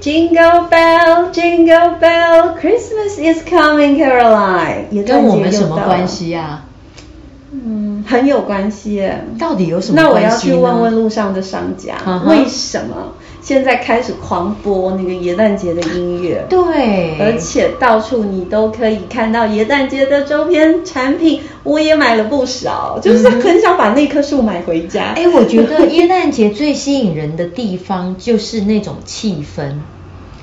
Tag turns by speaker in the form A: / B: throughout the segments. A: Jingle bell, jingle bell, Christmas is coming, Caroline。也
B: 跟我们什么关？系呀、
A: 嗯，很有关系耶。
B: 到底有什么
A: 那我
B: 关
A: 要
B: 系
A: 去
B: 呢
A: 问问路上的商家
B: 嗯哼
A: 为什么现在开始狂播那个耶诞节的音乐？
B: 对，
A: 而且到处你都可以看到耶诞节的周边产品，我也买了不少，就是很想把那棵树买回家。
B: 嗯哎，我觉得 耶诞节最吸引人的地方就是那种气氛，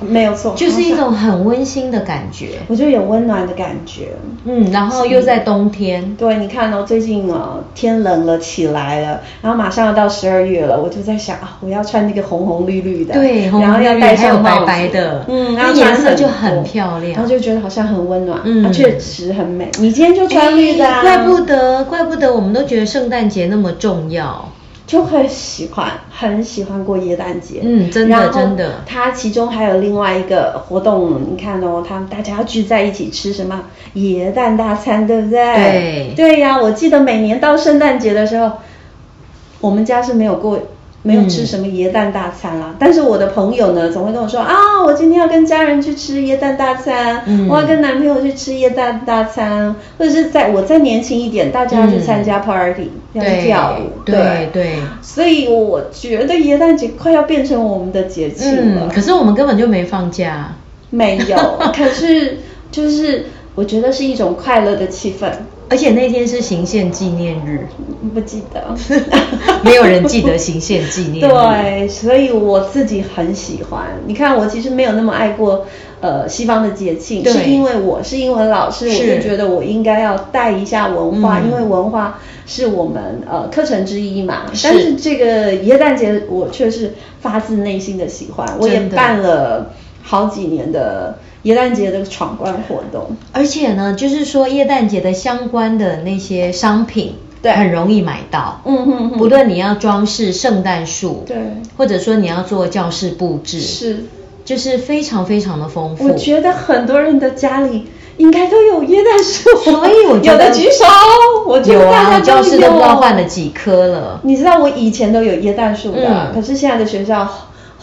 A: 没有错，
B: 就是一
A: 好像
B: 种很温馨的感觉。
A: 我就有温暖的感觉。
B: 嗯，然后又在冬天，
A: 对，你看哦，最近哦，天冷了起来了，然后马上要到十二月了，我就在想啊，我要穿那个红红绿绿的，
B: 对红红
A: 然后要
B: 绿绿
A: 戴
B: 还有
A: 上帽
B: 白
A: 子
B: 白的
A: 嗯，
B: 那
A: 然后
B: 颜
A: 穿
B: 色就
A: 多
B: 很漂亮
A: 然后就觉得好像很温暖，
B: 嗯
A: 啊确实很美。你今天就穿绿的、啊，
B: 哎怪不得，怪不得我们都觉得圣诞节那么重要。
A: 就很喜欢，很喜欢过耶诞节。
B: 嗯真的
A: 然后
B: 真的
A: 它其中还有另外一个活动，你看哦，他们大家要聚在一起吃什么耶诞大餐，对不对
B: 对？
A: 对呀、我记得每年到圣诞节的时候，我们家是没有过。没有吃什么耶诞大餐
B: 嗯
A: 啦，但是我的朋友呢，总会跟我说啊，我今天要跟家人去吃耶诞大餐，
B: 嗯
A: 我要跟男朋友去吃耶诞大餐，或者是在我再年轻一点，大家要去参
B: 嗯
A: 加 party，、要去
B: 对
A: 跳舞，
B: 对对
A: 所以我觉得耶诞节快要变成我们的节气了。
B: 嗯，可是我们根本就没放假。
A: 没 有，可是就是我觉得是一种快乐的气氛。
B: 而且那天是行宪纪念日，，
A: 不记得
B: 没有人记得行宪纪念日
A: 对，所以我自己很喜欢。你看，我其实没有那么爱过呃西方的节庆，
B: 对
A: 是因为我是英文老师，我
B: 是
A: 就觉得我应该要带一下文化，
B: 嗯
A: 因为文化是我们呃课程之一嘛。
B: 是
A: 但是这个耶诞节，我却是发自内心的喜欢，我也
B: 真的
A: 办了好几年的耶诞节的闯关活动。
B: 而且呢，就是说耶诞节的相关的那些商品，
A: 对
B: 很容易买到。
A: 嗯哼哼
B: 不论你要装饰圣诞树，
A: 对
B: 或者说你要做教室布置，
A: 是，
B: 就是非常非常的丰富。
A: 我觉得很多人的家里应该都有椰蛋树，
B: 所以我觉
A: 有
B: 得
A: 的举手，我觉
B: 有
A: 得大
B: 啊，
A: 家
B: 我教室都不知道
A: 有嗯
B: 换了几棵了。
A: 你知道我以前都有椰蛋树的啊，
B: 嗯
A: 可是现在的学校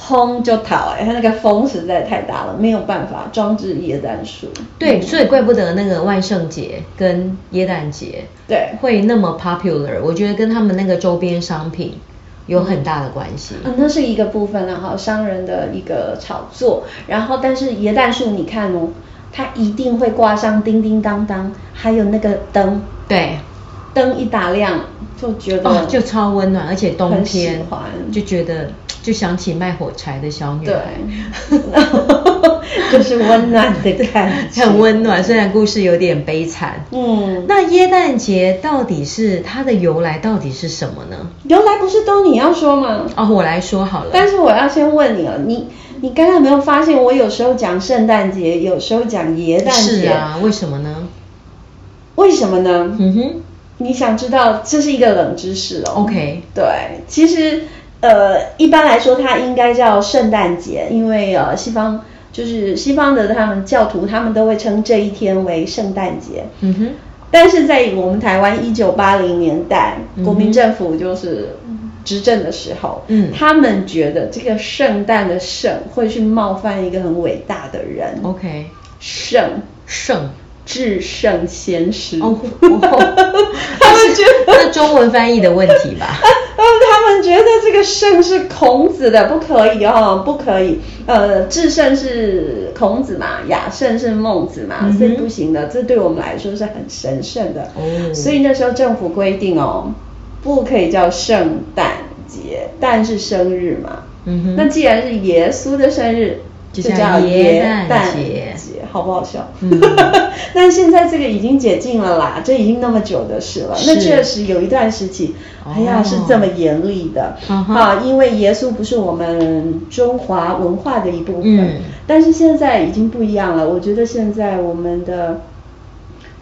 A: 轰就倒哎、它那个风实在太大了，没有办法装置椰蛋树。
B: 对，所以怪不得那个万圣节跟耶诞节
A: 对
B: 会那么 popular，我觉得跟他们那个周边商品有很大的关系。
A: 嗯，那是一个部分然后商人的一个炒作。然后，但是椰蛋树，你看哦，它一定会挂上叮叮当当，还有那个灯，
B: 对，
A: 灯一打亮就觉得、
B: 哦，就超温暖，而且冬
A: 很喜
B: 天
A: 欢
B: 就觉得就想起卖火柴的小女
A: 对
B: 孩，
A: 就是温暖的感觉，
B: 很温暖。虽然故事有点悲惨，
A: 嗯，那
B: 那耶诞节到底是它的由来到底是什么呢？
A: 原来不是都你要说吗？
B: 哦，我来说好了。
A: 但是我要先问你哦，你你刚刚没有发现我有时候讲圣诞节，有时候讲耶诞节，
B: 是啊，为什么呢？
A: 为什么呢？
B: 嗯哼，
A: 你想知道这是一个冷知识哦。
B: OK
A: 对，其实呃，一般来说它应该叫圣诞节，因为呃，西方就是西方的他们教徒，他们都会称这一天为圣诞节。
B: 嗯哼，
A: 但是在我们台湾一九八零年代，
B: 嗯哼
A: 国民政府就是执政的时候，
B: 嗯
A: 他们觉得这个圣诞的圣会去冒犯一个很伟大的人
B: OK
A: 圣
B: 圣。
A: 至圣先师。
B: 哦，哦
A: 他们觉得
B: 那中文翻译的问题 吧。
A: 呃，他们觉得这个圣是孔子的，不可以哦，不可以。呃，至圣是孔子嘛，雅圣是孟子嘛，
B: 嗯哼
A: 所以不行的。这对我们来说是很神圣的。
B: 哦
A: 所以那时候政府规定哦，不可以叫圣诞节，诞是生日嘛。
B: 嗯哼
A: 那既然是耶稣的生日，
B: 就
A: 就
B: 叫
A: 叫
B: 耶
A: 耶
B: 诞
A: 诞
B: 节
A: 节好不好笑？
B: 嗯
A: 但现在这个已经解禁了啦，这已经那么久的事了。那
B: 是
A: 确实有一段时期，哎呀，
B: 哦
A: 是这么严厉的、
B: 嗯哼
A: 啊，因为耶稣不是我们中华文化的一部分、
B: 嗯
A: 但是现在已经不一样了。我觉得现在我们的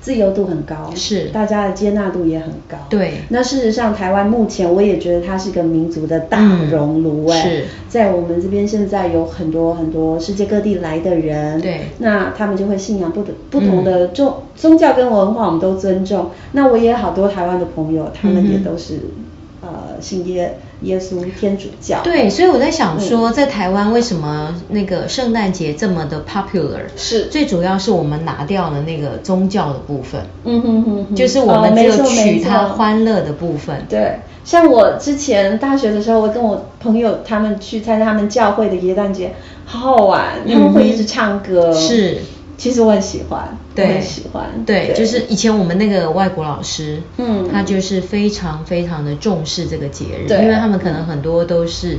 A: 自由度很高，
B: 是
A: 大家的接纳度也很高。
B: 对
A: 那事实上，台湾目前我也觉得它是一个民族的大
B: 嗯
A: 熔炉、哎、
B: 是
A: 在我们这边现在有很多很多世界各地来的人，
B: 对嗯
A: 那他们就会信仰不同不同的宗、宗教跟文化，我们都尊重。那我也好多台湾的朋友，他们也
B: 嗯哼
A: 都是、呃信耶耶稣天主教。
B: 对，所以我在想
A: 嗯
B: 说，在台湾为什么那个圣诞节这么的 popular？
A: 是
B: 最主要是我们拿掉了那个宗教的部分，
A: 嗯哼哼哼，
B: 就是我
A: 哦
B: 们只
A: 没
B: 有
A: 错
B: 取
A: 没错
B: 它欢乐的部分。
A: 对，像我之前大学的时候，我跟我朋友他们去参加他们教会的耶诞节，好好玩，他们会一直唱歌。
B: 是，
A: 其实我很喜欢，我
B: 对，
A: 很喜欢。
B: 对，就是以前我们那个外国老师，
A: 嗯
B: 他就是非常非常的重视这个节日，
A: 对
B: 因为他们可能很多都是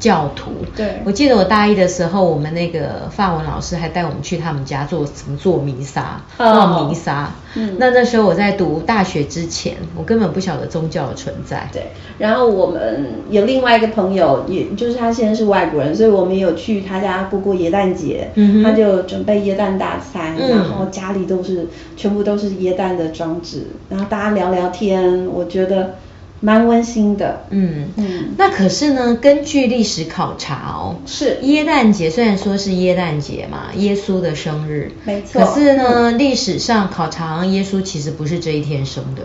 B: 教徒。
A: 对
B: 我记得我大一的时候，我们那个法文老师还带我们去他们家做什么做弥撒，
A: 哦
B: 逛弥撒。
A: 嗯
B: 那那时候我在读大学之前，我根本不晓得宗教的存在。
A: 对，然后我们有另外一个朋友，也就是他现在是外国人，所以我们有去他家过过耶诞节，
B: 嗯哼
A: 他就准备耶诞大餐，
B: 嗯
A: 然后家里都是全部都是耶诞的装置，然后大家聊聊天，我觉得蛮温馨的。
B: 嗯，
A: 嗯，
B: 那可是呢，根据历史考察哦，
A: 是
B: 耶诞节虽然说是耶诞节嘛，耶稣的生日，
A: 没错
B: 可是呢，历史上考察耶稣其实不是这一天生的，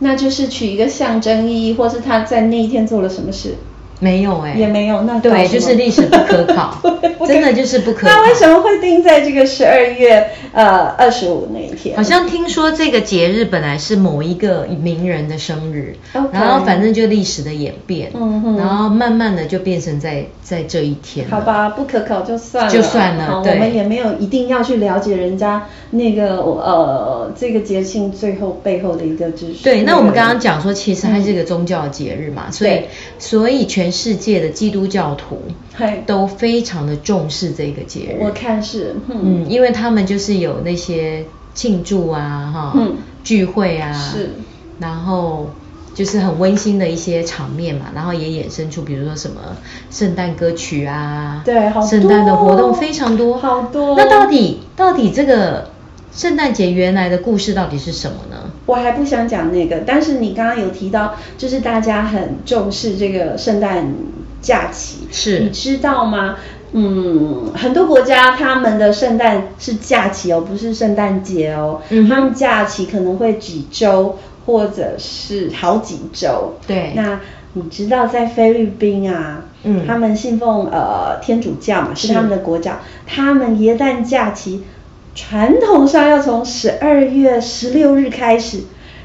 A: 那就是取一个象征意义，或是他在那一天做了什么事。
B: 没有哎、
A: 也没有，那搞
B: 对，
A: 什么
B: 就是历史不可考
A: 对不，可
B: 真的就是不可考。
A: 那为什么会定在这个十二月呃二十五那一天？
B: 好像听说这个节日本来是某一个名人的生日
A: OK
B: 然后反正就历史的演变，
A: 嗯哼
B: 然后慢慢的就变成在在这一天了
A: 好吧，不可考就算了，
B: 就算了
A: 好，
B: 对
A: 我们也没有一定要去了解人家那个呃这个节庆最后背后的一个知识。
B: 对，那我们刚刚讲说，其实它是一个宗教节日嘛，所以
A: 对
B: 所以全世界的基督教徒
A: 嘿
B: 都非常的重视这个节
A: 我
B: 日，
A: 看是，嗯
B: 嗯，因为他们就是有那些庆祝啊，哈，
A: 嗯
B: 聚会啊，
A: 是，
B: 然后。就是很温馨的一些场面嘛，然后也衍生出比如说什么圣诞歌曲啊，
A: 对好多
B: 圣诞的活动非常多，
A: 好多
B: 那到底到底这个圣诞节原来的故事到底是什么呢？
A: 我还不想讲那个，但是你刚刚有提到，就是大家很重视这个圣诞假期，
B: 是
A: 你知道吗？嗯，很多国家他们的圣诞是假期哦，不是圣诞节哦，
B: 嗯哼
A: 他们假期可能会几周或者是好几周。
B: 对
A: 那你知道在菲律宾啊，
B: 嗯
A: 他们信奉呃天主教嘛，是
B: 是
A: 他们的国教，他们耶诞假期传统上要从十二月十六日开始，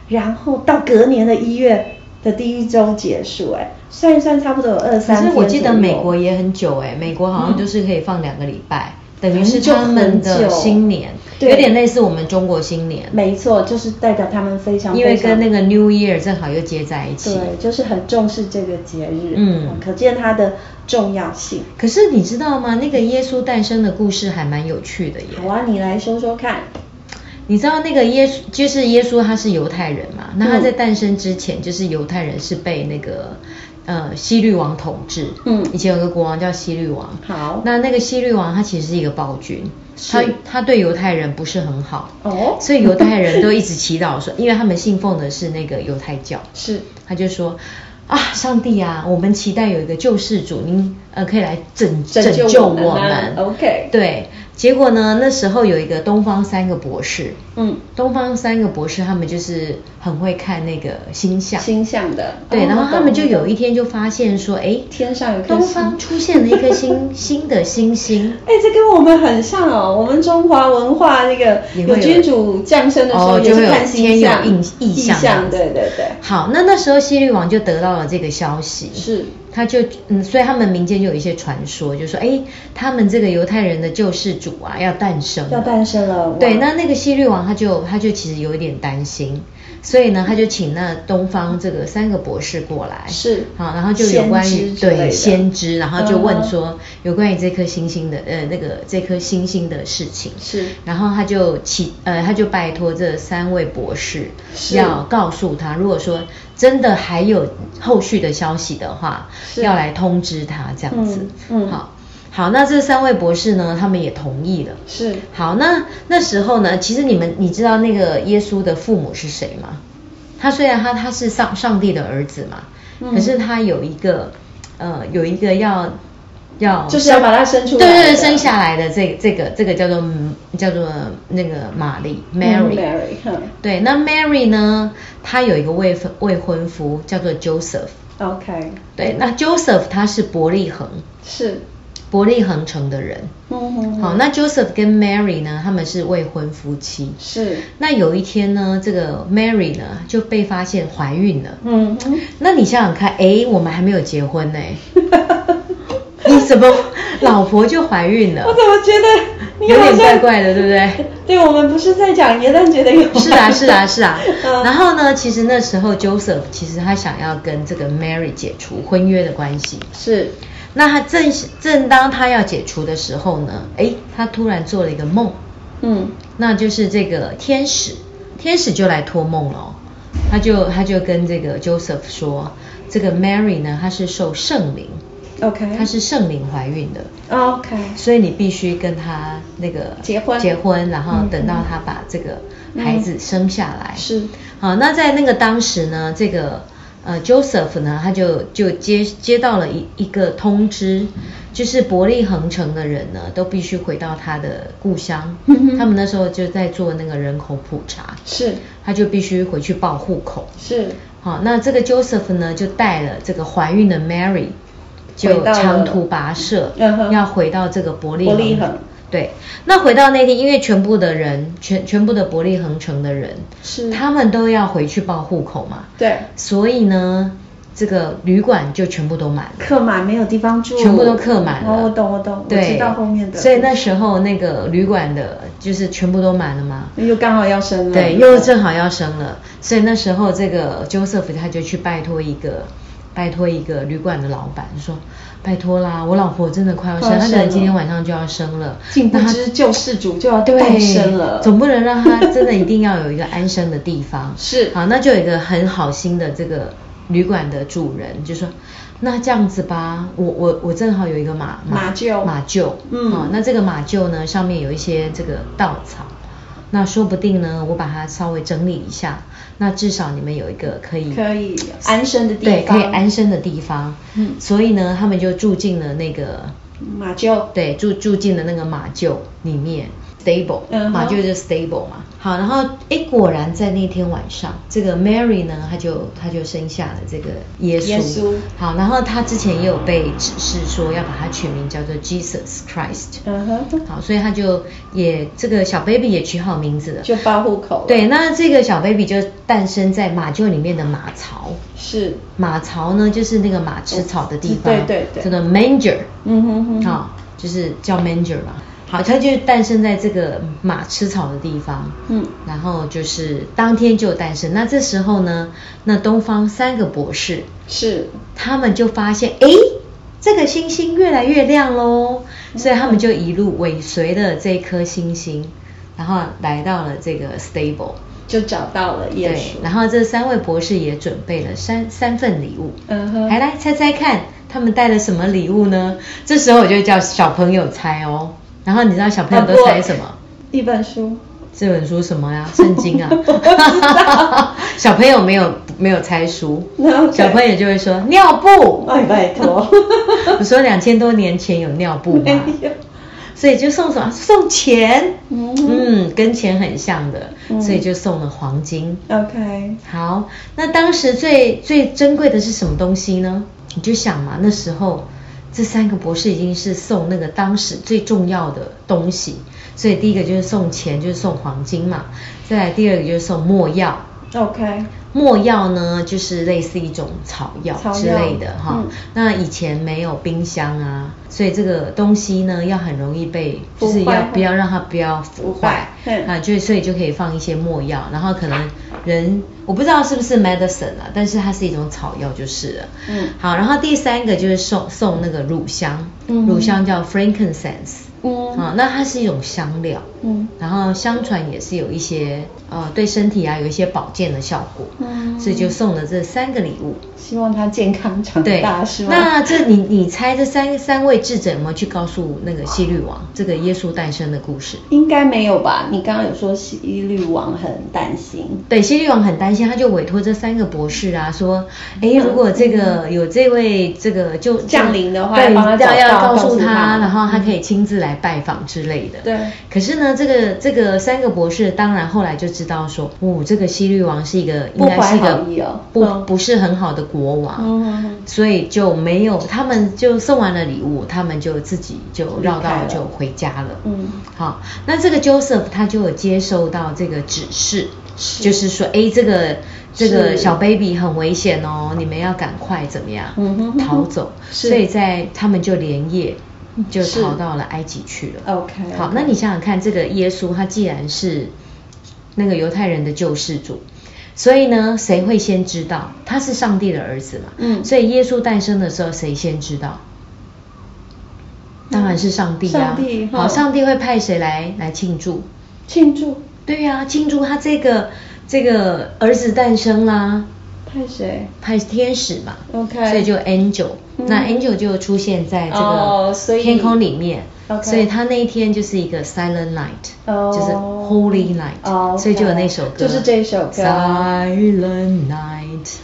A: 然后到隔年的一月的第一周结束、哎，算一算差不多有二
B: 可
A: 三
B: 是
A: 天。嗯
B: 我记得美国也很久哎、美国好像就是可以放两个礼拜，等于是
A: 就
B: 他
A: 很
B: 们的
A: 嗯久
B: 新年，
A: 对
B: 有点类似我们中国新年，
A: 没错，就是代表他们非常
B: 嗯因为跟那
A: 个
B: 个 New Year 正好又接在一起。
A: 对，就是很重视这个节日，
B: 嗯
A: 可见它的重要性。
B: 可是你知道吗？那个耶稣诞生的故事还蛮有趣的耶。
A: 好啊，你来说说看。
B: 你知道那个耶稣，就是耶稣他是犹太人嘛，那他
A: 嗯
B: 在诞生之前，就是犹太人是被那个呃希律王统治，
A: 嗯
B: 以前有个国王叫希律王，
A: 好
B: 那那个希律王他其实是一个暴君，
A: 是
B: 他他对犹太人不是很好，
A: 哦
B: 所以犹太人都一直祈祷说，因为他们信奉的是那个犹太教，
A: 是
B: 他就说。啊，上帝啊，我们期待有一个救世主，您呃可以来拯
A: 拯救
B: 我
A: 我们啊 OK
B: 对，结果呢，那时候有一个东方三个博士，
A: 嗯
B: 东方三个博士他们就是很会看那个星象，
A: 星象的
B: 对，
A: 哦
B: 然后他
A: 懂
B: 们就有
A: 懂
B: 一天就发现说，哎，
A: 天上有颗
B: 东方
A: 星
B: 出现了一 颗星新的星星。
A: 哎、这跟我们很像哦。我们中华文化那个
B: 也
A: 有
B: 会有
A: 君主降生的时候，
B: 哦
A: 也
B: 就会
A: 是
B: 有
A: 看
B: 天
A: 星
B: 有
A: 象、
B: 印意
A: 意
B: 象这样子
A: 对对对，
B: 好，那那时候希律王就得到了这个消息，
A: 是
B: 他就嗯，所以他们民间就有一些传说，就说哎，他们这个犹太人的救世主啊要诞生了，
A: 要诞生了哇
B: 对，那那个希律王他就他就其实有一点担心，所以呢，他就请那东方这个三个博士过来，
A: 是
B: 好，然后就有关于
A: 先知之类
B: 对
A: 的
B: 先知，然后就问
A: 嗯哼
B: 说有关于这颗星星的呃那个这颗星星的事情，
A: 是
B: 然后他就祈呃他就拜托这三位博士
A: 是
B: 要告诉他，如果说真的还有后续的消息的话，
A: 是
B: 要来通知他这样子，
A: 嗯嗯
B: 好。好，那这三位博士呢，他们也同意了。
A: 是
B: 好，那那时候呢，其实你们你知道那个耶稣的父母是谁吗？他虽然他他是上上帝的儿子嘛，
A: 嗯
B: 可是他有一个呃有一个要要
A: 就是要把它生出来的
B: 对对对，生下来的这这个这个叫做叫做那个玛丽 Mary，,、
A: 嗯，Mary，嗯
B: 对，那 Mary 呢，她有一个未婚未婚夫叫做 Joseph，
A: ，OK，
B: 对，那 Joseph 他是伯利恒
A: 是，
B: 伯利恒城的人，
A: 嗯哼，
B: 好，那 Joseph 跟 Mary 呢，他们是未婚夫妻，
A: 是，
B: 那有一天呢，这个 Mary 呢就被发现怀孕了。
A: 嗯哼，
B: 那你想想看，哎，我们还没有结 婚呢，你怎么老婆就怀孕了
A: 我？怎么觉得你
B: 有
A: 好
B: 点怪
A: 像
B: 怪的，对不对？
A: 对，我们不是在讲耶诞节的有
B: 是啊，是啊，是啊。
A: 嗯
B: 然后呢，其实那时候 Joseph 其实他想要跟这个 Mary 解除婚约的关系。
A: 是，
B: 那他正正当他要解除的时候呢，哎，他突然做了一个梦，
A: 嗯，
B: 那就是这个天使，天使就来托梦了哦、他就他就跟这个 Joseph 说，这个 Mary 呢，她是受圣灵，
A: OK，
B: 她是圣灵怀孕的，
A: OK，
B: 所以你必须跟她那个
A: 结婚
B: 结婚，然后
A: 嗯
B: 等到她把这个孩子生下来。
A: 是，
B: 好，那在那个当时呢，这个呃 Joseph 呢，他就就接接到了一一个通知，就是伯利恒城的人呢，都必须回到他的故乡。
A: 嗯哼
B: 他们那时候就在做那个人口普查，
A: 是，
B: 他就必须回去报户口。
A: 是，
B: 好，那这个 Joseph 呢，就带了这个怀孕的 Mary，
A: 回
B: 就
A: 到了
B: 长途跋涉，
A: 嗯哼
B: 要回到这个伯利
A: 伯利恒
B: 对，那回到那天，因为全部的人，全全部的伯利恒城的人，
A: 是
B: 他们都要回去报户口嘛，
A: 对，
B: 所以呢，这个旅馆就全部都满了。
A: 客满没有地方住，
B: 全部都客满了。
A: 哦，我懂，我懂，我
B: 对，
A: 知道后面的。
B: 所以那时候那个旅馆的，就是全部都满了嘛。
A: 又刚好要生了，
B: 对，又正好要生了，所以那时候这个 Joseph 他就去拜托一个拜托一个旅馆的老板说，拜托啦，我老婆真的快要生，
A: 快要
B: 她可
A: 生
B: 能今天
A: 了
B: 晚上就要生了，
A: 竟不
B: 那她
A: 知救世主就要诞
B: 对
A: 生了，
B: 总不能让她真的一定要有一个安身的地方。
A: 是
B: 好，那就有一个很好心的这个旅馆的主人就说。那这样子吧，我我我正好有一个马
A: 马厩
B: 马厩，
A: 嗯
B: 好那这个马厩呢上面有一些这个稻草，那说不定呢我把它稍微整理一下，那至少你们有一个可以
A: 可以安身的地
B: 对可以
A: 方
B: 安身的地方，
A: 嗯
B: 所以呢他们就住进了那个
A: 马厩，
B: 对，住住进了那个马厩里面，stable，、
A: 嗯哼
B: 马厩就是 stable 嘛。好，然后诶，果然在那天晚上，这个 Mary 呢，她就她就生下了这个耶稣。
A: 耶稣
B: 好，然后她之前也有被指示说要把它取名叫做 Jesus Christ。
A: 嗯哼，
B: 好，所以她就也这个小 baby 也取好名字了。
A: 就报户口了，
B: 对，那这个小 baby 就诞生在马厩里面的马槽。
A: 是，
B: 马槽呢，就是那个马吃草的地
A: 对
B: 方，
A: 哦对对
B: 这个 manger。
A: 嗯哼哼，
B: 啊、就是叫 manger 嘛。好，它就诞生在这个马吃草的地方，
A: 嗯
B: 然后就是当天就诞生。那这时候呢，那东方三个博士
A: 是，
B: 他们就发现，诶，这个星星越来越亮喽，所以他们就一路尾随了这颗星星，然后来到了这个 stable。
A: 就找到了耶
B: 对，
A: 稣，
B: 然后这三位博士也准备了三三份礼物，
A: 嗯哼
B: 来来猜猜看，他们带了什么礼物呢？这时候我就叫小朋友猜哦，然后你知道小朋
A: 啊
B: 友都猜什么？
A: 一本书，
B: 这本书什么呀？ 圣经啊
A: 道，
B: 小朋友没有没有猜书
A: OK
B: 小朋友就会说尿布。
A: 哎，拜托，
B: 我说两千多年前有尿布
A: 没
B: 吗？
A: 有，
B: 所以就送什么？送钱，
A: 嗯
B: 嗯，跟钱很像的，
A: 嗯
B: 所以就送了黄金。
A: ，OK，
B: 好，那当时最最珍贵的是什么东西呢？你就想嘛，那时候这三个博士已经是送那个当时最重要的东西，所以第一个就是送钱，就是送黄金嘛。再来第二个就是送墨药，
A: OK，
B: 墨药呢就是类似一种草药
A: 草药
B: 之类的哈。
A: 嗯
B: 那以前没有冰箱啊，所以这个东西呢要很容易被，就
A: 腐
B: 是要
A: 坏
B: 不要让它不要
A: 腐
B: 腐坏
A: 坏嗯
B: 啊，就所以就可以放一些墨药，然后可能人我不知道是不是 medicine 啊，但是它是一种草药就是了。
A: 嗯
B: 好，然后第三个就是送送那个乳香，
A: 嗯
B: 乳香叫 frankincense。
A: 嗯
B: 啊，那它是一种香料，
A: 嗯
B: 然后相传也是有一些呃对身体啊有一些保健的效果，
A: 嗯
B: 所以就送了这三个礼物。
A: 希望他健康长
B: 对
A: 大是，吗？
B: 那这你你猜这三三位智者有没有去告诉那个希律王这个耶稣诞生的故事？
A: 应该没有吧？你刚刚有说西律王很担心，
B: 对，希律王很担心，他就委托这三个博士啊，说，哎，如果这个有这位这个就
A: 降临嗯的话要
B: 对，
A: 帮他找
B: 要要
A: 到
B: 告
A: 告
B: 诉
A: 诉
B: 他，
A: 他
B: 然后他可以亲自来拜访之类的。
A: 对
B: 可是呢，这个这个三个博士当然后来就知道说，哦，这个希律王是一个应该是一个
A: 不怀好意哦
B: 不、
A: 嗯
B: 不是很好的国王，
A: 嗯嗯嗯
B: 所以就没有他们就送完了礼物，他们就自己就绕道
A: 离开了
B: 就回家了。
A: 嗯
B: 好，那这个 Joseph 他就有接收到这个指示，
A: 是
B: 就是说，哎，这个这个
A: 是
B: 小 baby 很危险哦，你们要赶快怎么样、
A: 嗯哼哼哼
B: 逃走，
A: 是嗯
B: 所以在他们就连夜就是逃到了埃及去了。
A: OK，OK
B: 好，那你想想看，这个耶稣他既然是那个犹太人的救世主。所以呢，谁会先知道他是上帝的儿子嘛？
A: 嗯
B: 所以耶稣诞生的时候，谁先知道？当然是上帝啊！
A: 嗯上帝
B: 好，
A: 哦
B: 上帝会派谁来来庆祝？
A: 庆祝
B: 对呀、庆祝他这个这个儿子诞生啦，
A: 派谁？
B: 派天使嘛。
A: OK
B: 所以就 angel，、
A: 嗯
B: 那 angel 就出现在这个
A: 哦所以
B: 天空里面。
A: OK
B: 所以他那一天就是一个 silent night，、
A: 哦
B: 就是 holy night，、
A: 哦，OK
B: 所以就有那首歌，
A: 就是这首歌
B: silent night。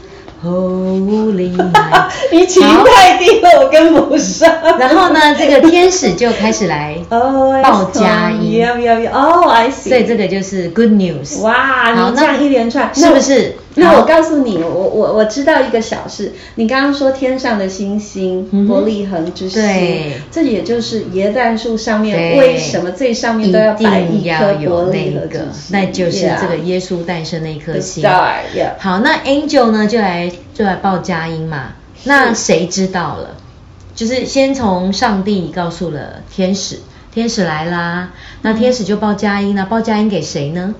B: Holy night，
A: 你起
B: 好
A: 太低了，我跟不上。
B: 然后呢，这个天使就开始来
A: 哦，I
B: 报佳音
A: see，要要要，哦，I see。
B: 所以这个就是 good news。
A: 哇，
B: 好
A: 你这样一连串
B: 是不是？
A: 那我那
B: 好
A: 我告诉你，我我我知道一个小事。你刚刚说天上的星星，
B: 嗯哼
A: 伯利恒之星
B: 对，
A: 这也就是椰蛋树上面
B: 对
A: 为什么最上面都要摆
B: 一定
A: 颗
B: 要
A: 伯
B: 有那
A: 利
B: 一
A: 恒之
B: 个
A: 星？，
B: 那就是这个
A: Yeah
B: 耶稣诞生那一颗
A: The
B: 星。
A: star, yeah
B: 好，那 angel 呢就来就来报佳音嘛。那谁知道了？就是先从上帝告诉了天使，天使来啦，那天使就报佳音啊啦，报佳音给谁呢？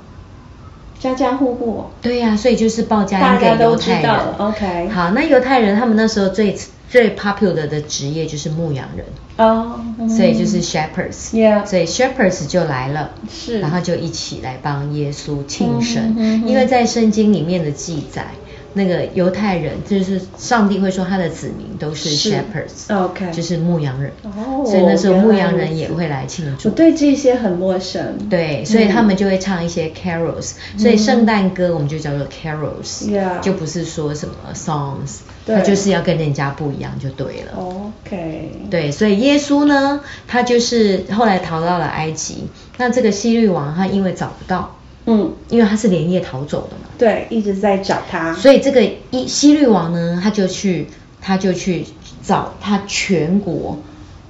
A: 家家户户
B: 对呀、所以就是报佳音
A: 大家
B: 给犹
A: 都知
B: 太人
A: 道。了，OK
B: 好，那犹太人他们那时候最最 popular 的职业就是牧羊人。
A: 哦，嗯
B: 所以就是 shepherds，、
A: Yeah
B: 所以 shepherds 就来了，
A: 是
B: 然后就一起来帮耶稣庆生，
A: 嗯嗯嗯嗯
B: 因为在圣经里面的记载，那个犹太人就是上帝会说他的子民都是
A: 是
B: shepherds，
A: OK
B: 就是牧羊人，
A: 哦
B: 所以那时候
A: 原来
B: 牧羊
A: 如
B: 人
A: 此
B: 也会来庆
A: 我
B: 祝，
A: 对这些很陌生。
B: 对，所以他们就会唱一些 carols，、所以圣诞歌我们就叫做 carols，、
A: 嗯 Yeah
B: 就不是说什么 songs，
A: 对
B: 它就是要跟人家不一样就对了。
A: OK，
B: 对，所以耶稣呢，他就是后来逃到了埃及。那这个希律王他因为找不到，
A: 嗯，
B: 因为他是连夜逃走的嘛，
A: 对，一直在找他，
B: 所以这个一希律王呢，他就去他就去找他全国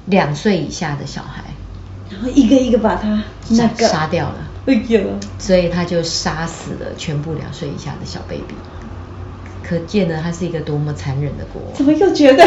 B: 两岁以下的小孩，
A: 然后一个一个把他那
B: 杀
A: 个
B: 杀掉了，
A: 哎呀，
B: 所以他就杀死了全部两岁以下的小 baby。可见呢，他是一个多么残忍的国王。
A: 怎么又觉 得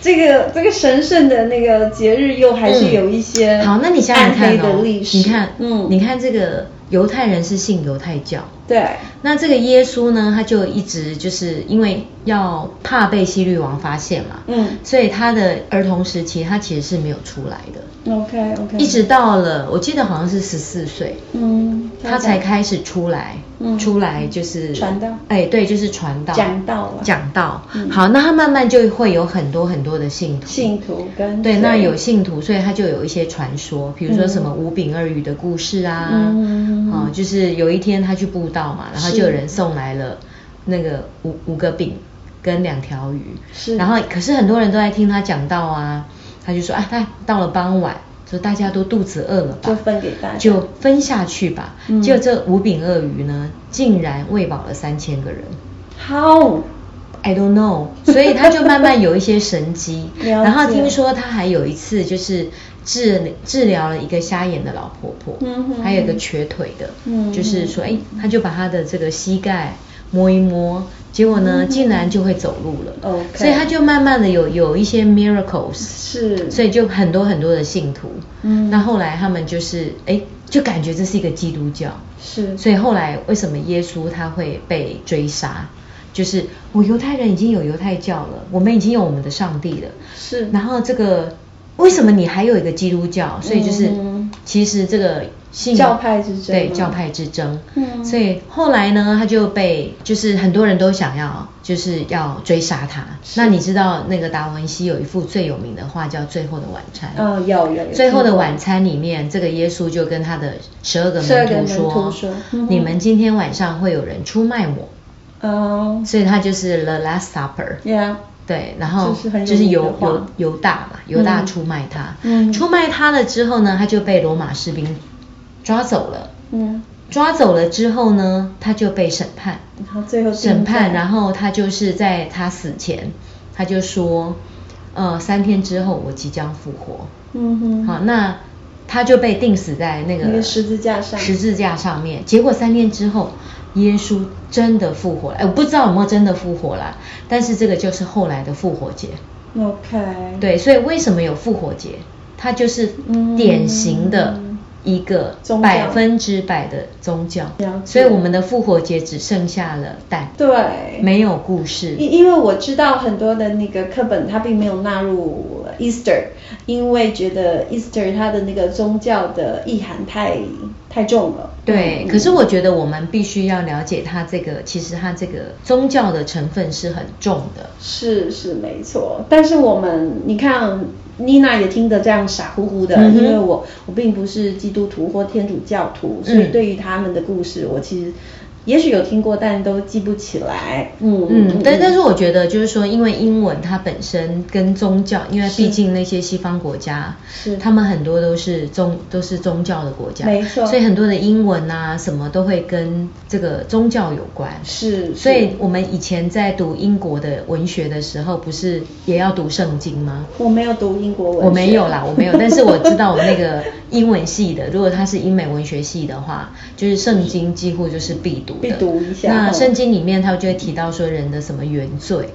A: 这个这个神圣的那个节日又还是有一些、
B: 嗯好，那你想想看
A: 暗黑
B: 哦
A: 的，历史，
B: 你看，
A: 嗯，
B: 你看这个犹太人是信犹太教，
A: 对，
B: 那这个耶稣呢，他就一直就是因为要怕被希律王发现嘛，
A: 嗯
B: 所以他的儿童时期他其实是没有出来的，
A: ，OK OK，
B: 一直到了我记得好像是十四岁，
A: 嗯，
B: 他才开始出来，
A: 嗯
B: 出来就是
A: 传道
B: 哎，对，就是传道，
A: 讲道了
B: 讲道。
A: 嗯
B: 好，那他慢慢就会有很多很多的信徒，
A: 信徒跟
B: 对，
A: 随
B: 那有信徒，所以他就有一些传说，比如说什么五饼二鱼的故事啊，
A: 嗯
B: 啊，就是有一天他去布道嘛，然后
A: 是
B: 就有人送来了那个五五个饼跟两条鱼，
A: 是
B: 然后可是很多人都在听他讲道啊，他就说啊，他到了傍晚。说大家都肚子饿了吧，
A: 就分给大家
B: 就分下去吧。
A: 嗯
B: 结果这五饼二鱼呢，竟然喂饱了三千个人。
A: 好，
B: I don't know，所以他就慢慢有一些神机
A: 。了解
B: 然后听说他还有一次就是治治疗了一个瞎眼的老婆婆，
A: 嗯哼
B: 还有一个瘸腿的，
A: 嗯
B: 就是说，哎，他就把他的这个膝盖摸一摸，结果呢，竟然就会走路了。
A: 嗯 OK
B: 所以他就慢慢的有有一些 miracles，
A: 是，
B: 所以就很多很多的信徒。
A: 嗯
B: 那后来他们就是，哎，就感觉这是一个基督教。
A: 是，
B: 所以后来为什么耶稣他会被追杀？就是我犹太人已经有犹太教了，我们已经有我们的上帝了，
A: 是，
B: 然后这个为什么你还有一个基督教？所以就是、
A: 嗯
B: 其实这个信
A: 教派之争
B: 对
A: 吗
B: 教派之争。
A: 嗯
B: 所以后来呢，他就被就是很多人都想要就是要追杀他。
A: 是
B: 那你知道那个达文西有一幅最有名的画叫《最后的晚餐》。
A: 嗯有有有
B: 最后的晚餐里面，这个耶稣就跟他的十二个
A: 12个
B: 门
A: 门
B: 徒
A: 徒
B: 说：“
A: 说嗯哼
B: 你们今天晚上会有人出卖我。”
A: 哦
B: 所以他就是 The Last Supper。
A: ，Yeah，
B: 对，然后
A: 就是很有
B: 就是
A: 名的
B: 犹
A: 话
B: 犹犹大嘛，犹大
A: 嗯
B: 出卖他，
A: 嗯
B: 出卖他了之后呢，他就被罗马士兵抓走了，
A: 嗯，
B: 抓走了之后呢，他就被审判，
A: 然后最后定
B: 审判，
A: 罪
B: 然后他就是在他死前，他就说，呃，三天之后我即将复活，
A: 嗯哼，
B: 好，那他就被钉死在那
A: 那
B: 个
A: 个十字架上
B: 十字架上面。结果三天之后，耶稣真的复活了。哎，我不知道有没有真的复活啦，但是这个就是后来的复活节。
A: ，OK，，
B: 对，所以为什么有复活节？它就是典型的
A: 嗯
B: 一个
A: 宗教
B: 百分之百的宗教
A: 了。解
B: 所以我们的复活节只剩下了蛋，
A: 对
B: 没有故事。
A: 因因为我知道很多的那个课本，它并没有纳入 Easter，因为觉得 Easter 它的那个宗教的意涵太太重了。
B: 对，
A: 嗯
B: 可是我觉得我们必须要了解它这个，其实它这个宗教的成分是很重的。
A: 是是没错，但是我们你看，妮娜也听得这样傻乎乎的，
B: 嗯哼
A: 因为我我并不是基督徒或天主教徒，所以对于他们的故事，我其实也许有听过，但都记不起来。嗯
B: 嗯，但但是我觉得就是说，因为英文它本身跟宗教，因为
A: 是
B: 毕竟那些西方国家
A: 是，
B: 他们很多都是宗都是宗教的国家，
A: 没错
B: 所以很多的英文啊什么都会跟这个宗教有关。
A: 是，
B: 所以我们以前在读英国的文学的时候，不是也要读圣经吗？
A: 我没有读英国文学，
B: 我没 有啦，我没有，但是我知道我那个英文系的，如果他是英美文学系的话，就是圣经几乎就是必读的。
A: 必读一下
B: 那
A: 嗯
B: 圣经里面他就会提到说人的什么原罪。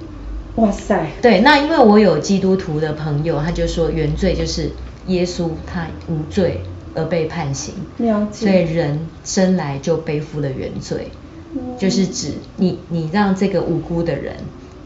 A: 哇塞，
B: 对，那因为我有基督徒的朋友，他就说原罪就是耶稣他无罪而被判刑，
A: 了解
B: 所以人生来就背负了原罪，
A: 嗯
B: 就是指你你让这个无辜的人，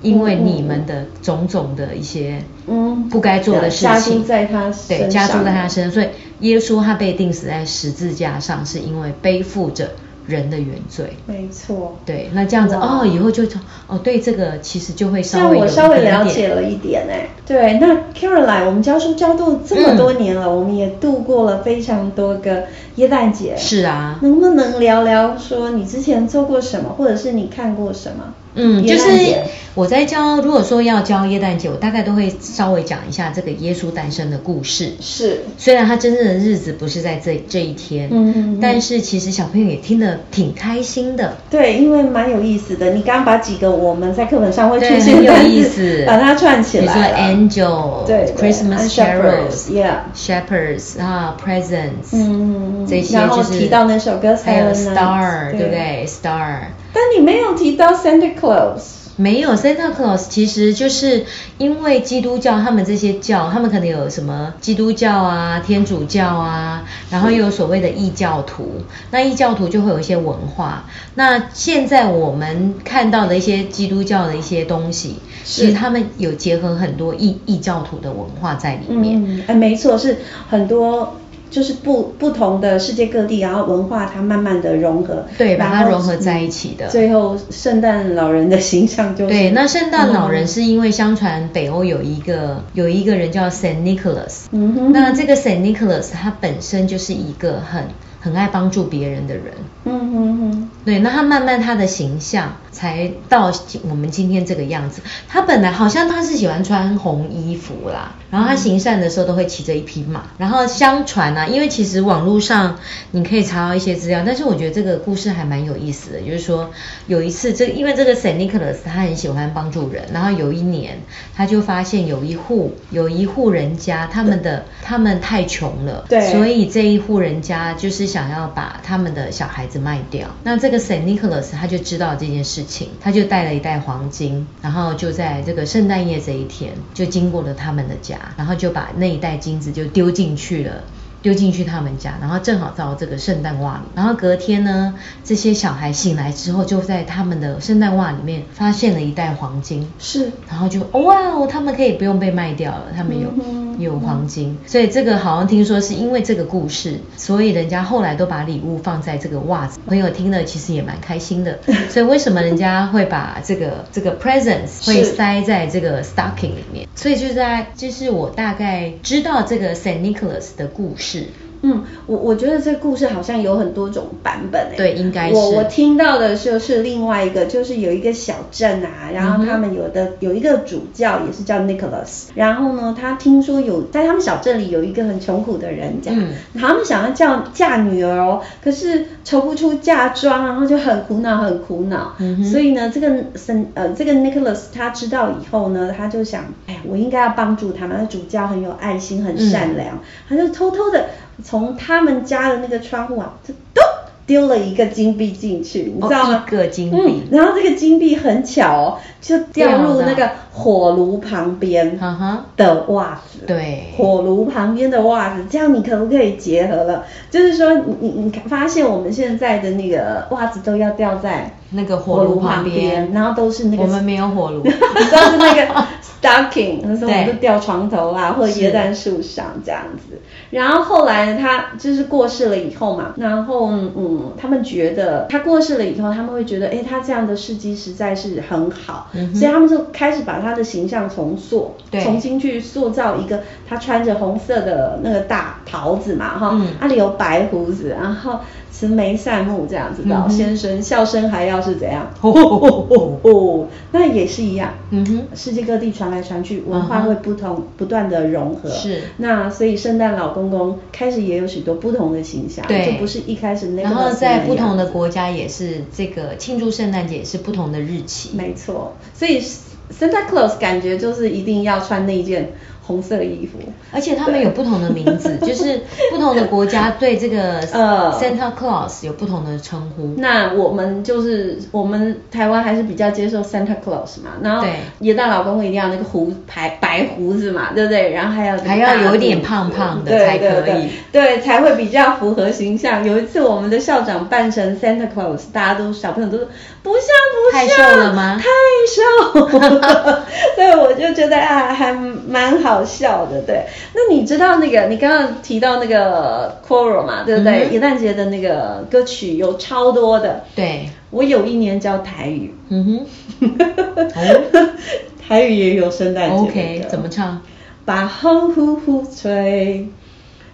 B: 因为
A: 嗯嗯
B: 你们的种种的一些
A: 嗯
B: 不该做的事情，
A: 加诸在他身
B: 对加诸
A: 上
B: 在他身上，所以耶稣他被钉死在十字架上，是因为背负着人的原罪。
A: 没错。
B: 对，那这样子
A: 哇
B: 哦，以后就哦，对这个其实就会
A: 这
B: 稍
A: 样
B: 微有
A: 我
B: 一
A: 稍微
B: 点
A: 了
B: 点
A: 解了一点哎、对，那 Caroline，我们教书教度这么多年了，我们也度过了非常多个耶诞节。
B: 是啊，
A: 能不能聊聊说你之前做过什么，或者是你看过什么？
B: 嗯，
A: 耶
B: 就
A: 诞
B: 是
A: 节
B: 我在教，如果说要教耶诞节，我大概都会稍微讲一下这个耶稣诞生的故事。
A: 是
B: 虽然他真正的日子不是在这这一天，
A: 嗯嗯嗯
B: 但是其实小朋友也听得挺开心的。
A: 对，因为蛮有意思的。你刚刚把几个我们在课本上会出
B: 对
A: 现
B: 很有
A: 的
B: 意
A: 字
B: 思
A: 把它串起来了。
B: 比如说 angel，
A: 对对
B: Christmas
A: and shepherds,
B: carols,
A: yeah
B: shepherds 啊，presents，
A: 嗯嗯嗯
B: 这些
A: 然后
B: 就是
A: 提到那首歌
B: 还有
A: Silent Night，
B: star，
A: 对
B: 对不对？star，
A: 但你没有提到 Santa Claus，
B: 没有 Santa Claus，其实就是因为基督教他们这些教，他们可能有什么基督教啊、天主教啊，然后又有所谓的异教徒。那异教徒就会有一些文化。那现在我们看到的一些基督教的一些东西，
A: 是
B: 其实他们有结合很多异异教徒的文化在里面。
A: 嗯，哎，没错，是很多就是不不同的世界各地，然后文化它慢慢的融合，
B: 对把它
A: 然后
B: 融合在一起的
A: 最后，圣诞老人的形象就是
B: 对，那圣诞老人
A: 嗯
B: 是因为相传北欧有一个有一个人叫 Saint Nicholas，
A: 嗯哼
B: 那这个 Saint Nicholas 他本身就是一个很很爱帮助别人的人。
A: 嗯哼哼，
B: 对，那他慢慢他的形象才到今我们今天这个样子。他本来好像他是喜欢穿红衣服啦，然后他行善的时候都会骑着一匹马。然后相传啊，因为其实网络上你可以查到一些资料，但是我觉得这个故事还蛮有意思的。就是说有一次这因为这个 Saint Nicholas 他很喜欢帮助人，然后有一年他就发现有一户有一户人家他们的他们太穷了，
A: 对
B: 所以这一户人家就是想要把他们的小孩子卖掉。那这个 Saint Nicholas 他就知道这件事情，他就带了一袋黄金，然后就在这个圣诞夜这一天就经过了他们的家，然后就把那一袋金子就丢进去了。丢进去他们家，然后正好到这个圣诞袜里，然后隔天呢，这些小孩醒来之后，就在他们的圣诞袜里面发现了一袋黄金，
A: 是
B: 然后就哇哦，他们可以不用被卖掉了，他们有
A: 嗯哼
B: 有黄金，所以这个好像听说是因为这个故事，所以人家后来都把礼物放在这个袜子。朋友听了其实也蛮开 心的，所以为什么人家会把这个这个 presents 会塞在这个 stocking 里面？所以就是在就是我大概知道这个 Saint Nicholas 的故事。
A: 嗯，我我觉得这故事好像有很多种版本诶、
B: 对应该是
A: 我我听到的就是另外一个，就是有一个小镇啊，然
B: 嗯
A: 后他们有的、有一个主教也是叫 Nicholas，然后呢，他听说有在他们小镇里有一个很穷苦的人家，
B: 嗯
A: 他们想要叫嫁女儿哦，可是筹不出嫁妆，然后就很苦恼，很苦恼。
B: 嗯哼
A: 所以呢，这个森呃这个 Nicholas 他知道以后呢，他就想，哎呀，我应该要帮助他们。那主教很有爱心，很
B: 嗯
A: 善良，他就偷偷的从他们家的那个窗户啊，就咚丢了一个金币进去，你知道吗？
B: 哦一个金币
A: 嗯。然后这个金币很巧哦，就掉入
B: 掉到
A: 那个火炉旁边
B: 哈哈，
A: 的袜子。
B: 嗯对，
A: 火炉旁边的袜子，这样你可不可以结合了？就是说你，你你发现我们现在的那个袜子都要掉在
B: 那个火炉旁边，
A: 然后都是那个
B: 我们没有 火炉
A: 你知道是那 个 stocking，那时候我们
B: 对
A: 就吊床头啊，或者椰蛋树上这样子。然后后来呢他就是过世了以后嘛，然后嗯嗯，他们觉得他过世了以后，他们会觉得，哎，他这样的事迹实在是很好，
B: 嗯哼
A: 所以他们就开始把他的形象重塑，
B: 对
A: 重新去塑造一个他穿着红色的那个大袍子嘛，哈，
B: 嗯
A: 他、留白胡子，然后慈眉善目这样子，老
B: 嗯哼
A: 先生、笑声还要是怎样？
B: 吼吼吼吼
A: 哦，那也是一样。
B: 嗯哼，
A: 世界各地传来传去，文化会不同，不断的融合。
B: 是
A: 那所以圣诞老公公开始也有许多不同的形象，
B: 对
A: 就不是一开始那个。
B: 然后在不同的，国家也是这个庆祝圣诞节也是不同的日期，
A: 没错。所以 Santa Claus 感觉就是一定要穿那件红色衣服。
B: 而且他们有不同的名字，就是不同的国家对这个
A: 呃
B: Santa Claus 有不同的称呼。
A: 那我们就是我们台湾还是比较接受 Santa Claus 嘛，然后
B: 对
A: 耶诞老公公一定要那个胡白白胡子嘛，对不对？然后还要
B: 还要有点胖胖的才可以
A: 对对对，对才会比较符合形象。有一次我们的校长扮成 Santa Claus，大家都小朋友都说不像不像，
B: 太瘦了吗
A: 太 瘦了，所以我就觉得啊，还蛮好笑的。对，那你知道那个你刚刚提到那个 Choral 嘛，对不对？
B: 嗯哼
A: 耶诞节的那个歌曲有超多的。
B: 对，
A: 我有一年教台语，
B: 嗯哼，哦
A: 台语也有圣诞节的歌。
B: ，OK，怎么唱？
A: 把风呼呼吹，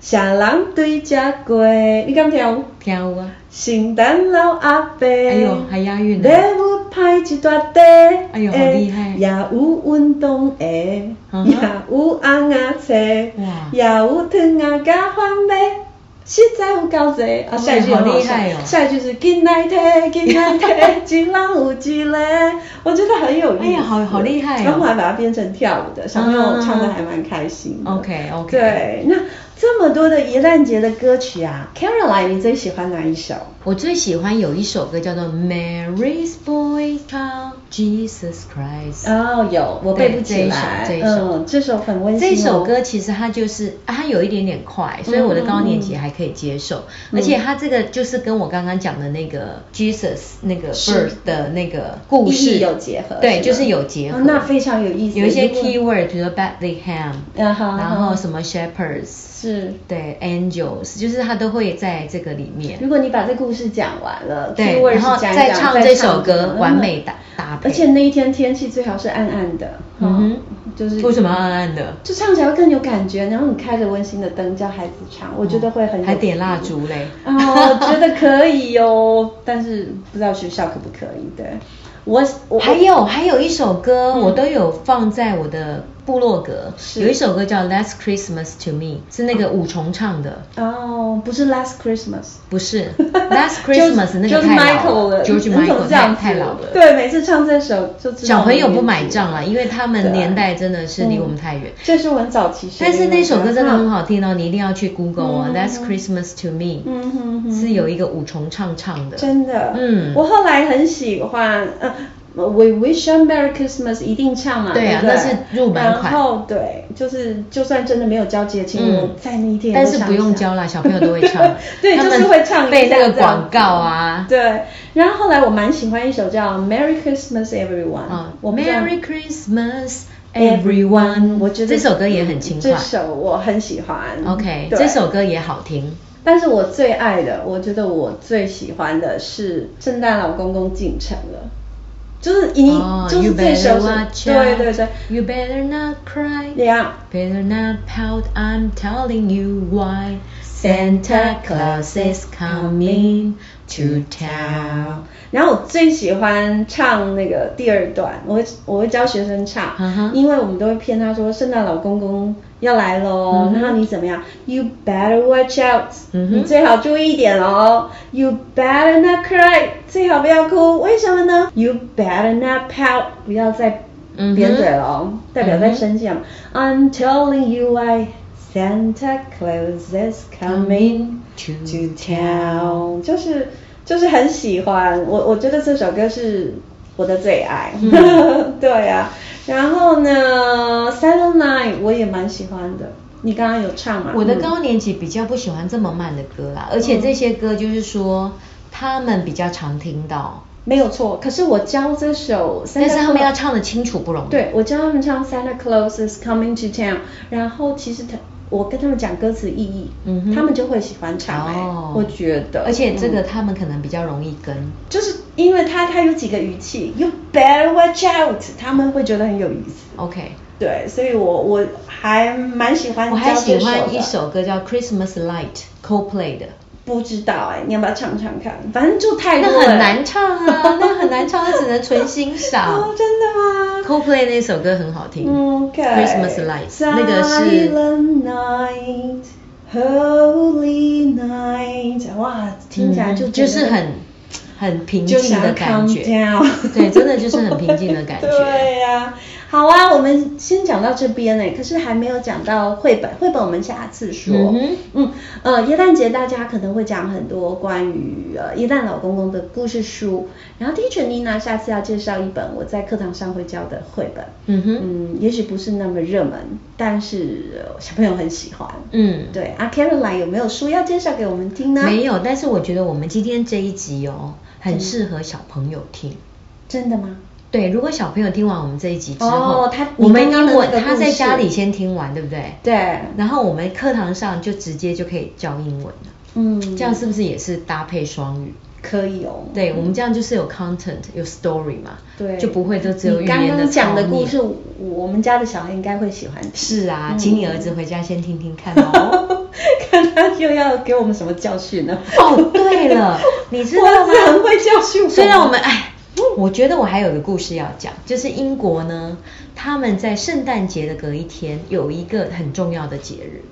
A: 啥人对家过？你敢听？
B: 跳舞啊！
A: 圣诞老阿伯，哎
B: 呦还押韵呢
A: 礼物派一大袋，
B: 哎呦好厉害
A: 也有运动鞋，
B: 嗯哼
A: 也有红啊册，
B: 哇
A: 也有糖啊加番麦，实在有够多。啊，
B: 哇
A: 下一句很
B: 好厉
A: 笑
B: 害哦
A: 下一句是进来 摕，进来摕，一人有一个。我觉得很有意思。
B: 哎呀好好厉害哦
A: 然后我还把它变成跳舞的，小朋友
B: 嗯
A: 唱的还蛮开心的。
B: 啊 OK，OK
A: 对，那这么多的耶诞节的歌曲啊，Caroline，你最喜欢哪一首？
B: 我最喜欢有一首歌叫做《Mary's Boy Child Jesus Christ》。
A: 哦，有，我背
B: 对
A: 不起来。
B: 这一首这一首
A: 嗯，这首很温馨、哦。
B: 这首歌其实它就是、啊它有一点点快，所以我的高年级还可以接受。
A: 嗯
B: 而且它这个就是跟我刚刚讲的那个 Jesus 那个
A: 是
B: birth 的那个故
A: 意
B: 事
A: 义有结合，
B: 对，
A: 吗
B: 就是有结合，
A: 哦那非常有意思。
B: 有一些
A: 如果
B: keyword，比如说 Bethlehem，、
A: 嗯好
B: 然
A: 好
B: 后什么 shepherds，
A: 是，
B: 对 angels，就是它都会在这个里面。
A: 如果你把这故事讲完了，
B: 对
A: keyword
B: 然后
A: 是讲一
B: 再
A: 讲
B: 唱这首歌完美搭搭配
A: 而且那一天天气最好是暗暗的，
B: 嗯
A: 嗯
B: 哼，
A: 就是
B: 为什么要暗暗的？
A: 就唱起来会更有感觉，然后你开着温馨的灯教孩子唱，我觉得会很有
B: 哦还点
A: 意义
B: 蜡烛嘞
A: 啊、我觉得可以哦， 但是不知道学校可不可以。对，我我
B: 还有还有一首歌，
A: 嗯
B: 我都有放在我的部落格，
A: 是嗯
B: 有一首歌叫《Last Christmas to Me》，是那个五重唱的，
A: 哦，不是 Last Christmas。
B: 不是 Last Christmas 那个
A: George
B: 太老
A: Michael 了
B: ，George
A: 你怎么
B: Michael
A: 这样
B: 太
A: 子
B: 太老了。
A: 对，每次唱这首就知道
B: 小朋友
A: 我们
B: 不买
A: 年纪
B: 账啊了，因为他们
A: 对啊嗯
B: 年代真的是离我们太远。
A: 这是我很早期学的
B: 但
A: 歌。
B: 是那首歌真的很
A: 嗯
B: 好听哦，你一定要去 Google 哦
A: 嗯
B: ，Last Christmas to Me，
A: 嗯哼哼
B: 是有一个五重唱唱的，
A: 真的，
B: 嗯
A: 我后来很喜欢，呃。We wish you a Merry Christmas，一定唱嘛，
B: 对啊
A: 不对
B: 那是入门款
A: 然后对，就是就算真的没有交接亲，我在那一天也会
B: 嗯但是
A: 唱
B: 不
A: 一
B: 用
A: 下，
B: 教啦，小朋友都会唱
A: 对，
B: 他
A: 就
B: 们
A: 是会唱一下
B: 被那个
A: 这样子
B: 广告啊，
A: 对，然后后来我蛮喜欢一首叫《Merry Christmas Everyone》，
B: 啊
A: 我不知道
B: Merry Christmas Everyone，
A: 我觉得
B: 这首歌也很轻快
A: 这首我很喜欢。
B: OK，
A: 对
B: 这首歌也好听。
A: 但是我最爱的，我觉得我最喜欢的是《圣诞老公公进城了》，就是已经、
B: 哦
A: 就是这首是，对对对。
B: You better not cry.
A: Yeah.
B: Better not pout. I'm telling you why. Santa Claus is coming to town.
A: 然后我最喜欢唱那个第二段，我会我会教学生唱
B: 嗯哼
A: 因为我们都会骗他说圣诞老公公要来喽
B: 嗯哼
A: 然后你怎么样？You better watch out，、
B: 嗯哼
A: 你最好注意一点哦。You better not cry，最好不要哭，为什么呢？You better not pout，不要再
B: 嗯哼
A: 扁嘴了哦代表在
B: 嗯哼
A: 生气嘛。I'm telling you why Santa Claus is coming
B: To
A: to town，就是就是很喜欢我，我觉得这首歌是我的最爱。
B: 嗯
A: 对啊，然后呢，Silent Night 我也蛮喜欢的，你刚刚有唱吗？
B: 我的
A: 嗯
B: 高年级比较不喜欢这么慢的歌啊啦，而且这些歌就是说他们比较常听到，
A: 没有错，可是我教这首 Santa Claus，
B: 但是他们要唱的清楚不容易。
A: 对，我教他们唱 Santa Claus is coming to town，然后其实他。我跟他们讲歌词意义，
B: 嗯哼
A: 他们就会喜欢唱、哎、
B: 哦
A: 我觉得，
B: 而且这
A: 嗯
B: 个他们可能比较容易跟。
A: 就是因为它它有几个语气，You better watch out，他们会觉得很有意思。
B: OK，
A: 对，所以我我还蛮喜欢。
B: 我还喜欢一首，歌叫《Christmas Light》，Coldplay 的。
A: 不知道哎、你要不要唱唱看？反正就太多
B: 那
A: 了
B: 很难唱啊，那很难唱，那只能纯欣 赏
A: 哦，。真的吗
B: Coldplay 那首歌很好听
A: ？OK。
B: Christmas Light 那个是嗯
A: Silent Night。Holy night，哇，听起来就、
B: 嗯就是很很平
A: 就
B: 静
A: 想
B: 的
A: 要
B: 感
A: calm
B: 觉
A: down，，
B: 对，真的就是很平静的感 觉。
A: 对呀、好啊，我们先讲到这边呢，可是还没有讲到绘本，绘本我们下次说。
B: 嗯哼
A: 嗯呃，耶诞节大家可能会讲很多关于呃耶诞老公公的故事书，然后 Teacher Nina 下次要介绍一本我在课堂上会教的绘本。
B: 嗯哼，
A: 嗯，也许不是那么热门，但是呃小朋友很喜欢。
B: 嗯，
A: 对啊，Caroline 有没有书要介绍给我们听呢？
B: 没，有，但是我觉得我们今天这一集哦，很适合小朋友听。
A: 真的吗？
B: 对，如果小朋友听完我们这一集之后，
A: 哦他
B: 我
A: 你刚
B: 们
A: 刚的
B: 英文
A: 那个
B: 他在
A: 故事
B: 家里先听完，对不对？
A: 对，
B: 然后我们课堂上就直接就可以教英文了，
A: 嗯，
B: 这样是不是也是搭配双语？
A: 可以哦。
B: 对，我们这样就是有 content 有 story 嘛，
A: 对，
B: 就不会就只有语
A: 你刚
B: 言
A: 刚
B: 的
A: 讲的
B: 操
A: 故
B: 练
A: 事，我我们家的小孩应该会喜欢听。
B: 是啊，请你儿子回家先听听看 哦。
A: 看他又要给我们什么教训呢？
B: 哦，对了，你知道
A: 我儿
B: 吗？
A: 子很会教训我们
B: 虽然我们哎，我觉得我还有个故事要讲，就是英国呢，他们在圣诞节的隔一天有一个很重要的节日，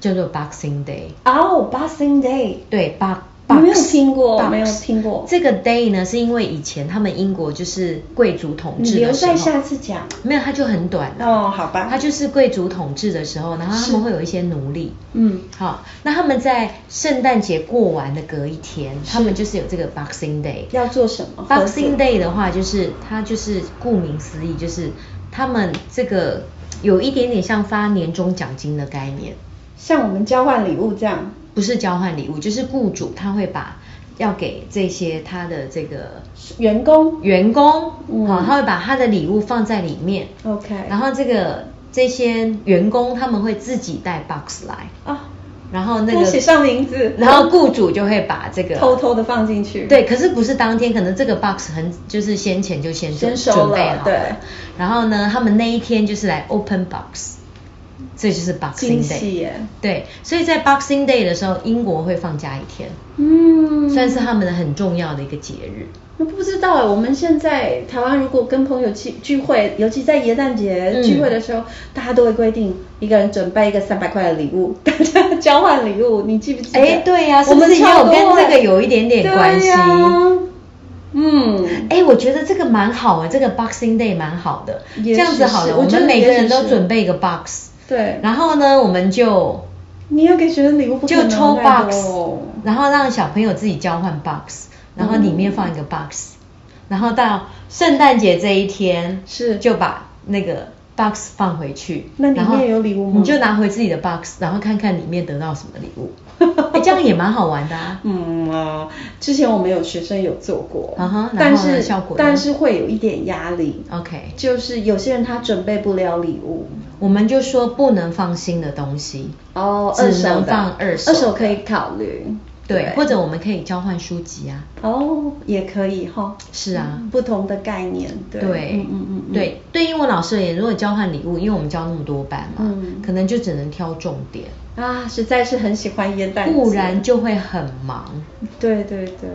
B: 叫做 Boxing Day。
A: 哦、b o x i n g Day，
B: 对，Box。
A: 我没有听过
B: Box
A: 没有听过
B: 这个 day 呢，是因为以前他们英国就是贵族统
A: 你
B: 治
A: 留
B: 的时候，
A: 在下次讲。
B: 没有，它就很短了。
A: 哦，好吧，
B: 它就是贵族统治的时候，然后他
A: 是
B: 们会有一些奴隶。
A: 嗯，
B: 好，那他们在圣诞节过完的隔一天，他们就是有这个 Boxing Day。
A: 要做什么
B: Boxing Day 的话，就是它就是顾名思义，就是他们这个有一点点像发年终奖金的概念，
A: 像我们交换礼物这样，
B: 不是交换礼物，就是雇主他会把要给这些他的这个
A: 员工
B: 员工，好、
A: 嗯
B: 他会把他的礼物放在里面，
A: OK，
B: 然后这个这些员工他们会自己带 box 来，
A: 啊，
B: 然后那
A: 多
B: 个
A: 写上名字，
B: 然后雇主就会把这个
A: 偷偷的放进去。，
B: 对，可是不是当天，可能这个 box 很就是先前就先
A: 先
B: 准
A: 收了
B: 准备好
A: 对
B: 然后呢，他们那一天就是来 open box，这就是 Boxing
A: 惊喜
B: Day
A: 耶。
B: 对，所以在 Boxing Day 的时候，英国会放假一天，
A: 嗯，
B: 算是他们的很重要的一个节日。
A: 我不知道哎，我们现在台湾如果跟朋友聚聚会，尤其在耶诞节
B: 嗯
A: 聚会的时候，大家都会规定一个人准备一个三百块的礼物， 大家交换礼物，你记不记得？
B: 哎，对呀、是
A: 我
B: 不
A: 们
B: 是也
A: 超
B: 有
A: 多
B: 跟
A: 哎
B: 这个有一点点关系
A: 对？呀嗯，
B: 哎，我觉得这个蛮好啊，这个 Boxing Day 蛮好的，这
A: 也
B: 样
A: 许
B: 子好
A: 是
B: 了，
A: 我
B: 我
A: 觉
B: 们
A: 得
B: 每
A: 也
B: 个
A: 许
B: 人都
A: 是
B: 准备一个 box，
A: 对。
B: 然后呢，我们就
A: 你要给学生礼物，不可
B: 就
A: 能啊
B: 抽
A: 太
B: box，
A: 多
B: 然后让小朋友自己交换 box，然后里面放
A: 嗯
B: 一个 box，、然后到圣诞节这一天
A: 是
B: 就把那个 box 放回去。
A: 那里面
B: 然后
A: 有礼物吗
B: 你就拿回自己的 box，然后看看里面得到什么礼物。哎这样也蛮好玩的啊。
A: 嗯啊，之前我们有学生有做过
B: 啊哈然
A: 但
B: 后呢
A: 是
B: 效果呢
A: 但是会有一点压力。
B: OK
A: 就是有些人他准备不了礼物，
B: 我们就说不能放新的东西，
A: 哦，
B: 只
A: 二手
B: 能
A: 的
B: 放二手
A: 二手
B: 的
A: 可以考虑，
B: 对，或者我们可以交换书籍啊。
A: 哦也可以哈，
B: 是啊
A: 嗯不同的概念，对，
B: 对，
A: 嗯嗯嗯嗯，
B: 对，对英文老师而言，如果交换礼物，因为我们教那么多班嘛，
A: 嗯
B: 可能就只能挑重点，
A: 啊，实在是很喜欢耶诞节，
B: 不然就会很忙。
A: 对对对，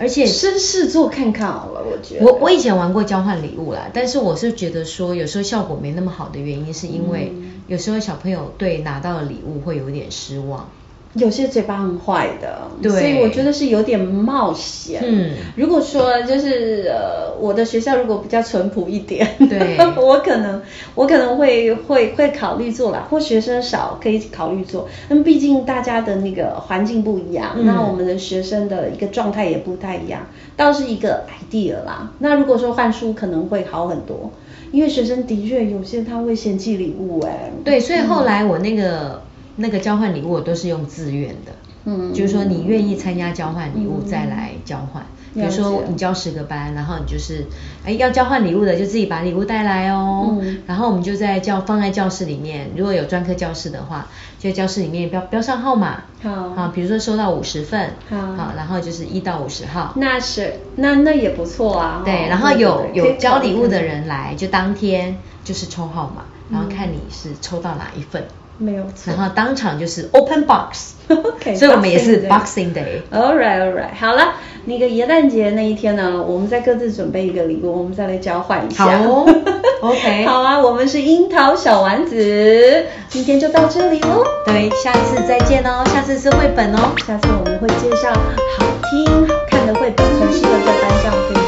B: 而且
A: 绅士座看看好了，我觉得，
B: 我我以前玩过交换礼物啦，但是我是觉得说有时候效果没那么好的原因，是因为
A: 嗯
B: 有时候小朋友对拿到的礼物会有点失望。
A: 有些嘴巴很坏的，
B: 对
A: 所以我觉得是有点冒险。
B: 嗯
A: 如果说就是呃，我的学校如果比较淳朴一点，
B: 对
A: 我可能我可能会会会考虑做啦，或学生少可以考虑做。那么毕竟大家的那个环境不一样，
B: 嗯
A: 那我们的学生的一个状态也不太一样，倒是一个 idea 啦。那如果说换书可能会好很多，因为学生的确有些他会嫌弃礼物哎、
B: 对，所以后来我那个、那个交换礼物，我都是用自愿的。
A: 嗯
B: 就是说你愿意参加交换礼物
A: 嗯
B: 再来交换。比
A: 了
B: 如
A: 解
B: 说你教十个班，然后你就是，哎，要交换礼物的就自己把礼物带来哦。
A: 嗯
B: 然后我们就在教放在教室里面，如果有专科教室的话，就在教室里面标标上号码。
A: 好
B: 啊，比如说收到五十份，
A: 好
B: 然后就是一到五十号。
A: 那是，那那也不错啊。
B: 对，
A: 哦
B: 然后有
A: 对对
B: 有
A: 对
B: 交礼物的人来，就当天就是抽号码，然后
A: 嗯
B: 看你是抽到哪一份。
A: 没有错。
B: 嗯然后当场就是 open box，
A: OK，
B: 所以我们也是
A: Boxing
B: Boxing Day。
A: All right, all right，好了，那个耶诞节那一天呢，我们再各自准备一个礼物，我们再来交换一下。
B: 好哦 ，OK
A: 好啊，我们是樱桃小丸子，今天就到这里喽。
B: 对，下次再见哦，下次是绘本哦。
A: 下次我们会介绍好听好看的绘本，很适合在班上分享。
B: 嗯
A: 啊
B: 啊
A: 嗯